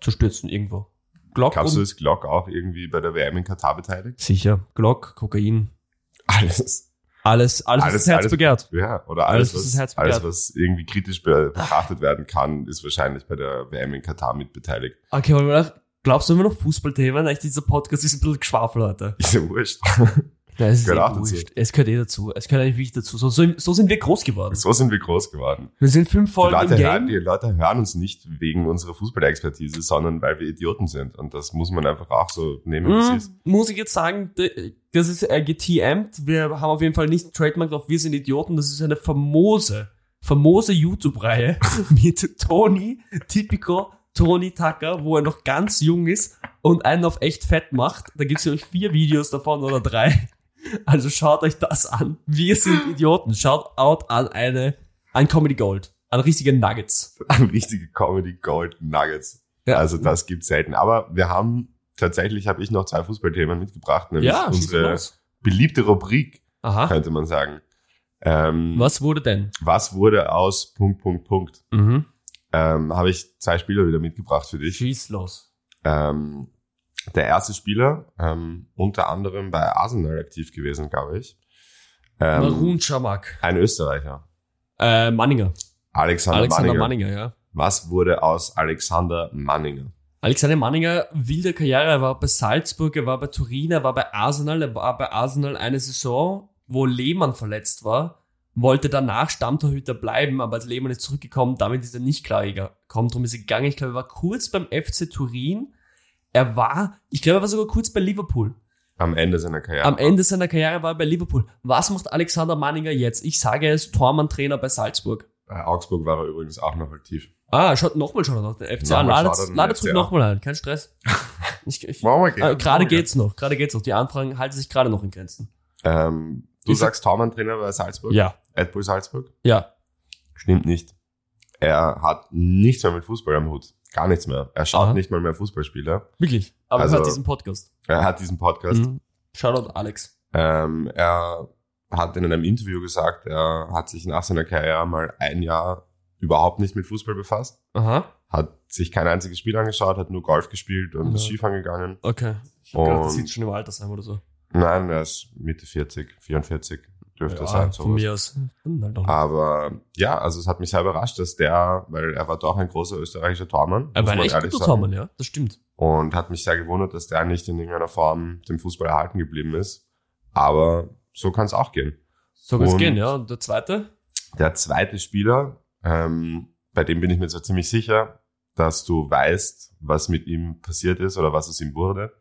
zu stürzen irgendwo. Glock
Glaubst du,
und,
ist Glock auch irgendwie bei der WM in Katar beteiligt?
sicher, Glock, Kokain,
Alles.
alles, alles, was
Alles-
das Herz
alles-
begehrt.
Ja, oder alles,
Alles, was das
was,
Herz
alles,
begehrt.
was irgendwie kritisch be betrachtet werden kann, ist wahrscheinlich bei der WM in Katar mit beteiligt.
Okay, wollen wir noch, glaubst du immer noch Fußballthemen? Eigentlich dieser Podcast ist ein bisschen Geschwafel, Leute.
Ist ja wurscht.
Nein, es ist
Gehört
eh
auch
wurscht. Es gehört eh dazu. Es gehört eigentlich wirklich dazu. So, so, so sind wir groß geworden.
So sind wir groß geworden.
Wir sind fünf
Die
Folgen im
Leute, hören,
Game.
die Leute hören uns nicht wegen unserer Fußballexpertise, sondern weil wir Idioten sind. Und das muss man einfach auch so nehmen, wie es ist.
Mm, muss ich jetzt sagen, d- das ist äh, getmt. Wir haben auf jeden Fall nicht Trademark auf Wir sind Idioten. Das ist eine famose, famose YouTube-Reihe mit Tony, Tipico, Tony Tucker, wo er noch ganz jung ist und einen auf echt fett macht. Da gibt es nämlich vier Videos davon oder drei. Also schaut euch das an. Wir sind Idioten. Schaut out an eine, an Comedy Gold, an richtige Nuggets.
richtige Comedy Gold Nuggets.
Ja.
Also das gibt's selten. Aber wir haben tatsächlich habe ich noch zwei Fußballthemen mitgebracht, nämlich
Ja, schieß
unsere
los.
beliebte Rubrik
Aha.
könnte man sagen. Ähm, was?
Was wurde denn?
wurde aus Punkt Punkt Punkt?
Mhm.
Ähm, habe ich zwei Spieler wieder mitgebracht für dich.
Schieß los.
Ähm, der erste Spieler ähm, unter anderem bei Arsenal aktiv gewesen, glaube ich. Ähm,
Marun Schamak.
Ein Österreicher,
Äh, Manninger.
Alexander,
Alexander
Manninger.
Manninger, ja.
Was wurde aus Alexander Manninger?
Alexander Manninger, wilde Karriere. Er war bei Salzburg, er war bei Turin, er war bei Arsenal, er war bei Arsenal eine Saison, wo Lehmann verletzt war, wollte danach Stammtorhüter bleiben, aber als Lehmann ist zurückgekommen, damit ist er nicht klar gekommen, drum ist er gegangen. Ich glaube, er war kurz beim FC Turin. Er war, ich glaube, er war sogar kurz bei Liverpool.
Am Ende seiner Karriere.
Am Ende seiner Karriere war er bei Liverpool. Was macht Alexander Manninger jetzt? Ich sage, er ist Tormann-Trainer bei Salzburg.
Bei Augsburg war er übrigens auch noch aktiv.
Ah, schaut nochmal schon auf den FCA.
Nochmal schaut
Ladet,
auf den
ladet zurück
FCA.
nochmal ein, kein Stress. Ich, ich,
Machen wir gerne.
äh, gerade
Machen wir
geht's noch, gerade geht's noch. Die Anfragen halten sich gerade noch in Grenzen.
gerne. Ähm, du
Ist-
sagst Tormann-Trainer bei Salzburg?
Ja,
Red Bull Salzburg?
ja.
Stimmt nicht. Er hat nichts mehr mit Fußball am Hut. Gar nichts mehr. Er schaut
Aha.
nicht mal mehr Fußballspieler.
Wirklich. Aber
Also-
hört diesen Podcast.
Er hat diesen Podcast.
Mhm. Shoutout Alex.
Ähm, er hat in einem Interview gesagt, er hat sich nach seiner Karriere mal ein Jahr überhaupt nicht mit Fußball befasst.
Aha,
Hat sich kein einziges Spiel angeschaut, hat nur Golf gespielt und ist
Ja.
Skifahren gegangen.
okay. Ich hab
Und-
gedacht, das sieht schon im Alter sein oder so.
Nein, er ist Mitte 40, 44. dürfte
ja,
sein.
von
Sowas. Ah,
mir aus. Hm, halt doch.
Aber ja, also es hat mich sehr überrascht, dass der, weil er war doch ein großer österreichischer Tormann.
Er
muss
war ein
man
echt
ehrlich
guter
sagen.
Tormann, ja, das stimmt.
Und hat mich sehr gewundert, dass der nicht in irgendeiner Form dem Fußball erhalten geblieben ist. Aber so kann es auch gehen.
So kann es
Und-
gehen, ja. Und der zweite?
Der zweite Spieler, ähm, bei dem bin ich mir zwar ziemlich sicher, dass du weißt, was mit ihm passiert ist oder was aus ihm wurde.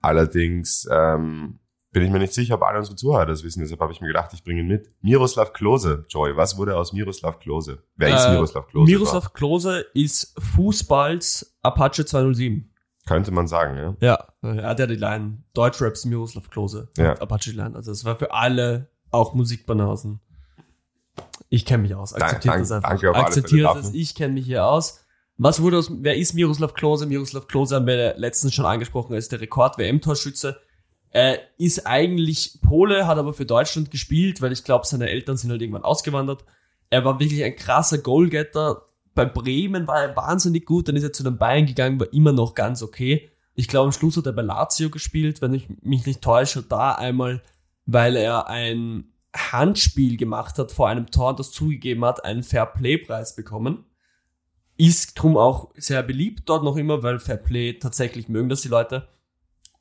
Allerdings ähm, bin ich mir nicht sicher, ob alle unsere Zuhörer das wissen. Deshalb habe ich mir gedacht, ich bringe ihn mit. Miroslav Klose, Joy. Was wurde aus Miroslav Klose? Wer ist
Äh,
Miroslav Klose? überhaupt?
Miroslav Klose ist Fußballs Apache 207.
Könnte man sagen, ja.
Ja, er hat ja die Line. Deutschraps Miroslav Klose.
Ja.
Und Apache die Line. Also es war für alle auch Musikbanausen. Ich kenne mich aus. Akzeptiert
Dank-
das einfach.
danke auf alle
Akzeptiert
Fälle
das.
dafür.
Ich kenne mich hier aus. Was wurde aus, wer ist Miroslav Klose? Miroslav Klose haben wir letztens schon angesprochen, er ist der Rekord-WM-Torschütze. Äh, ist eigentlich Pole, hat aber für Deutschland gespielt, weil ich glaube, seine Eltern sind halt irgendwann ausgewandert. Er war wirklich ein krasser Goalgetter. Bei Bremen war er wahnsinnig gut, dann ist er zu den Bayern gegangen, war immer noch ganz okay. Ich glaube, am Schluss hat er bei Lazio gespielt, wenn ich mich nicht täusche, da einmal, weil er ein Handspiel gemacht hat vor einem Tor, und das zugegeben hat, einen Fairplay-Preis bekommen. Ist drum auch sehr beliebt dort noch immer, weil Fairplay tatsächlich mögen das die Leute.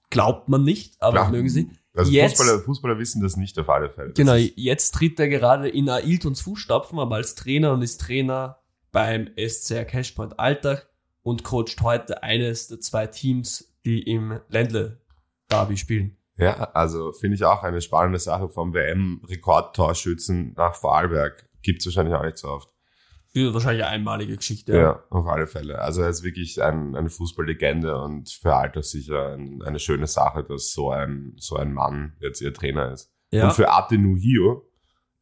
Glaubt man nicht, aber
Klar.
mögen sie.
Also
Jetzt-
Fußballer, Fußballer wissen das nicht auf alle Fälle. Das
Genau,
Ist,
jetzt tritt er gerade in Ailtons Fußstapfen, aber als Trainer und ist Trainer beim SCR Cashpoint Alltag und coacht heute eines der zwei Teams, die im Ländle Derby spielen.
ja, also finde ich auch eine spannende Sache vom WM-Rekordtorschützen nach Vorarlberg. Gibt's wahrscheinlich auch nicht so oft.
Für wahrscheinlich eine einmalige Geschichte.
Ja, auf alle Fälle. Also er ist wirklich ein, eine Fußballlegende und für Alter sicher ein, eine schöne Sache, dass so ein, so ein Mann jetzt ihr Trainer ist.
Ja.
Und für Ate Nuhio,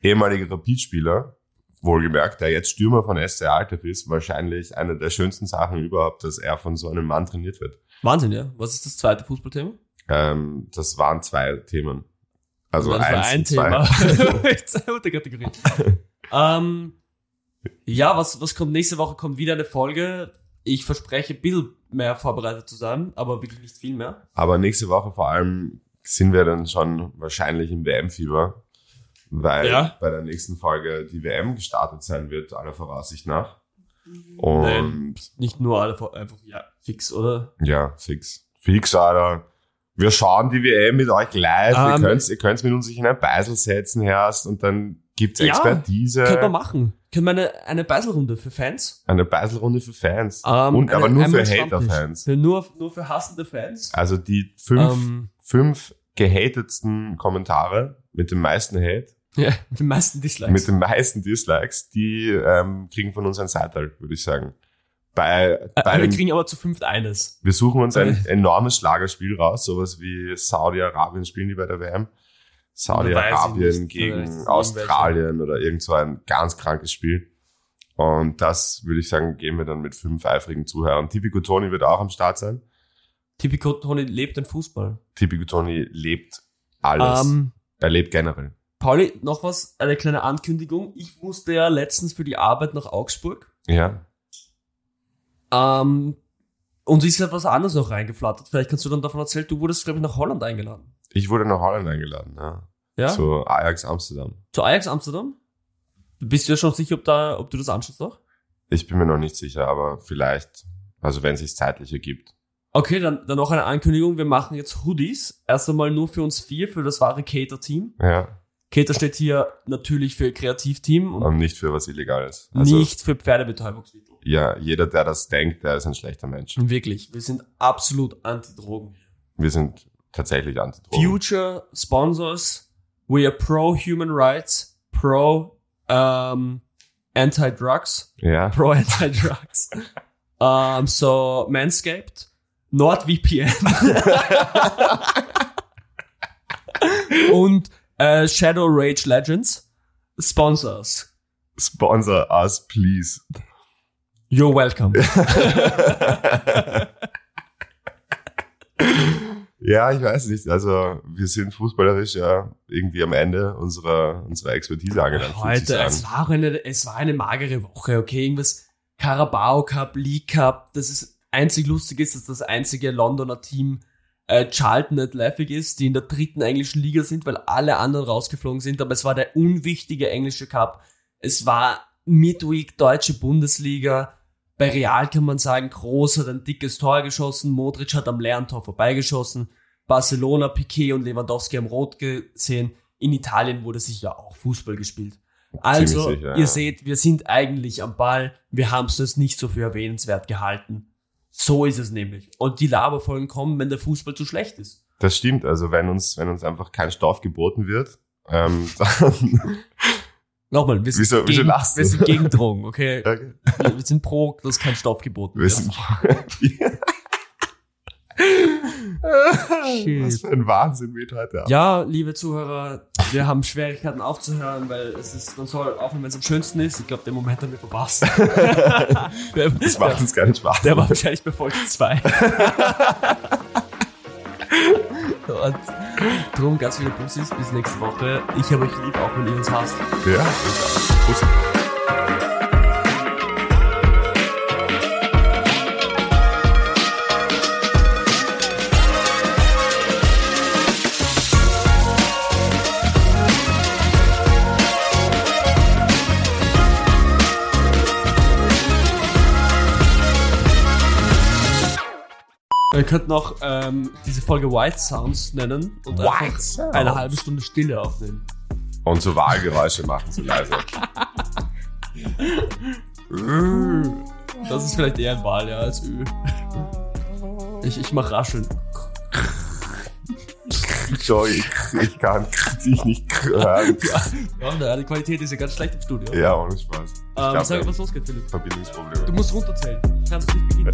ehemaliger Rapid-Spieler, wohlgemerkt, der jetzt Stürmer von SC Alltag ist, wahrscheinlich eine der schönsten Sachen überhaupt, dass er von so einem Mann trainiert wird.
Wahnsinn, ja. Was ist das zweite Fußballthema?
Ähm, das waren zwei Themen. Also
das
eins
war ein
und zwei.
Thema. Echt sehr gute Kategorie. ähm, ja, was, was kommt nächste Woche? Kommt wieder eine Folge. Ich verspreche, ein bisschen mehr vorbereitet zu sein, aber wirklich nicht viel mehr.
Aber nächste Woche vor allem sind wir dann schon wahrscheinlich im WM-Fieber, weil
Ja.
bei der nächsten Folge die WM gestartet sein wird, aller Voraussicht nach. Und
nicht nur alle vor- einfach ja fix, oder?
ja, fix. Fix, Alter. Wir schauen die WM mit euch live.
Ähm,
ihr könnt's, ihr könnt's mit uns sich in ein Beisel setzen, Herrst, und dann gibt's
Ja,
Expertise.
Könnte man machen. Könnte man eine, eine Beiselrunde für Fans?
Eine Beiselrunde für Fans.
Ähm,
und, aber
einen-
nur
einmal
für
Stammtisch.
Hater-Fans.
Für nur, nur für hassende Fans.
Also die fünf
Ähm,
fünf gehatetsten Kommentare mit dem meisten Hate,
ja, die meisten Dislikes.
mit den meisten Dislikes, die ähm, kriegen von uns ein Seital, würde ich sagen. Bei,
äh,
bei
wir
dem,
kriegen Äh. aber zu fünft eines.
wir suchen uns ein enormes Schlagerspiel raus, sowas wie Saudi-Arabien spielen die bei der WM.
Weiß ich
Saudi-Arabien
nicht, vielleicht
gegen
ist
Australien oder irgend so ein ganz krankes Spiel. Und das würde ich sagen, gehen wir dann mit fünf eifrigen Zuhörern. Tipico Toni wird auch am Start sein.
Tipico Toni lebt den Fußball.
Tipico Toni lebt alles.
Ähm,
er lebt generell.
Pauli, noch was, eine kleine Ankündigung. Ich musste ja letztens für die Arbeit nach Augsburg.
Ja.
Ähm, und ist ja was anderes noch reingeflattert. Vielleicht kannst du dann davon erzählen, du wurdest, glaube ich, nach Holland eingeladen.
Ich wurde nach Holland eingeladen, ja.
Ja?
Zu Ajax Amsterdam.
Zu Ajax Amsterdam? Bist du ja schon sicher, ob, da, ob du das anschaust noch?
Ich bin mir noch nicht sicher, aber vielleicht, also wenn es sich zeitlich ergibt.
Okay, dann, dann noch eine Ankündigung. Wir machen jetzt Hoodies. Erst einmal nur für uns vier, für das wahre Cater-Team.
Ja.
Cater steht hier natürlich für Kreativteam und
Und nicht für was Illegales. Ähm, Also,
nicht für Pferdebetäubungsmittel.
Ja, jeder, der das denkt, der ist ein schlechter
Mhm.
Mensch.
Wirklich, wir sind absolut anti-Drogen.
Wir sind tatsächlich Antidrogen.
Future Sponsors, we are pro human rights, pro ähm, anti-drugs,
Ja.
pro anti-drugs. um, so Manscaped, NordVPN und äh, Shadow Rage Legends Sponsors.
Sponsor us, please.
You're welcome.
Ja, ich weiß nicht. Also, wir sind fußballerisch ja irgendwie am Ende unserer, unserer Expertise angelangt. fühlt sich's
Heute,
an.
es war, eine, es war eine magere Woche, okay? Irgendwas Carabao Cup, League Cup, das ist einzig lustig ist, dass das einzige Londoner Team äh, Charlton Athletic ist, die in der dritten englischen Liga sind, weil alle anderen rausgeflogen sind. Aber es war der unwichtige englische Cup. Es war Midweek deutsche Bundesliga. Bei Real kann man sagen, Groß hat ein dickes Tor geschossen, Modric hat am leeren Tor vorbeigeschossen, Barcelona, Piquet und Lewandowski haben rot gesehen. In Italien wurde sich ja auch Fußball gespielt. Also,
sicher,
ihr
ja.
seht, wir sind eigentlich am Ball. Wir haben es das nicht so für erwähnenswert gehalten. So ist es nämlich. Und die Laberfolgen kommen, wenn der Fußball zu schlecht ist.
Das stimmt. Also wenn uns, wenn uns einfach kein Stoff geboten wird, ähm, dann,
Nochmal, wir sind,
Wieso- wieso
gegen,
lachst du?
wir sind gegen Drogen, okay?
okay,
Wir wir sind pro, dass kein Stoff geboten
wir
wird.
sind Was für ein Wahnsinn weht heute ab.
Ja, liebe Zuhörer, wir haben Schwierigkeiten aufzuhören, weil es ist, man soll aufhören, wenn es am schönsten ist. Ich glaube, den Moment haben wir verpasst. der,
Das macht
der,
uns keinen Spaß.
der war wahrscheinlich bei Folge 2. Und drum ganz viele Bussis, bis nächste Woche. Ich habe euch lieb, auch wenn ihr uns hasst.
ja. Prost.
Wir könnten auch ähm, diese Folge White Sounds nennen und
White
einfach
Sounds.
eine halbe Stunde Stille aufnehmen.
Und so Wahlgeräusche machen so leise.
Äh. Das ist vielleicht eher ein Wal, ja, als Ö. Ich, ich mach rascheln.
Sorry, ich kann dich nicht hören.
Ja, na, die Qualität ist ja ganz schlecht im Studio.
Ja, ohne Spaß. Ich
ähm,
glaub,
sag,
wir
was
haben
losgeht, Philipp.
Verbindungsprobleme.
Du musst runterzählen. Du kannst nicht beginnen.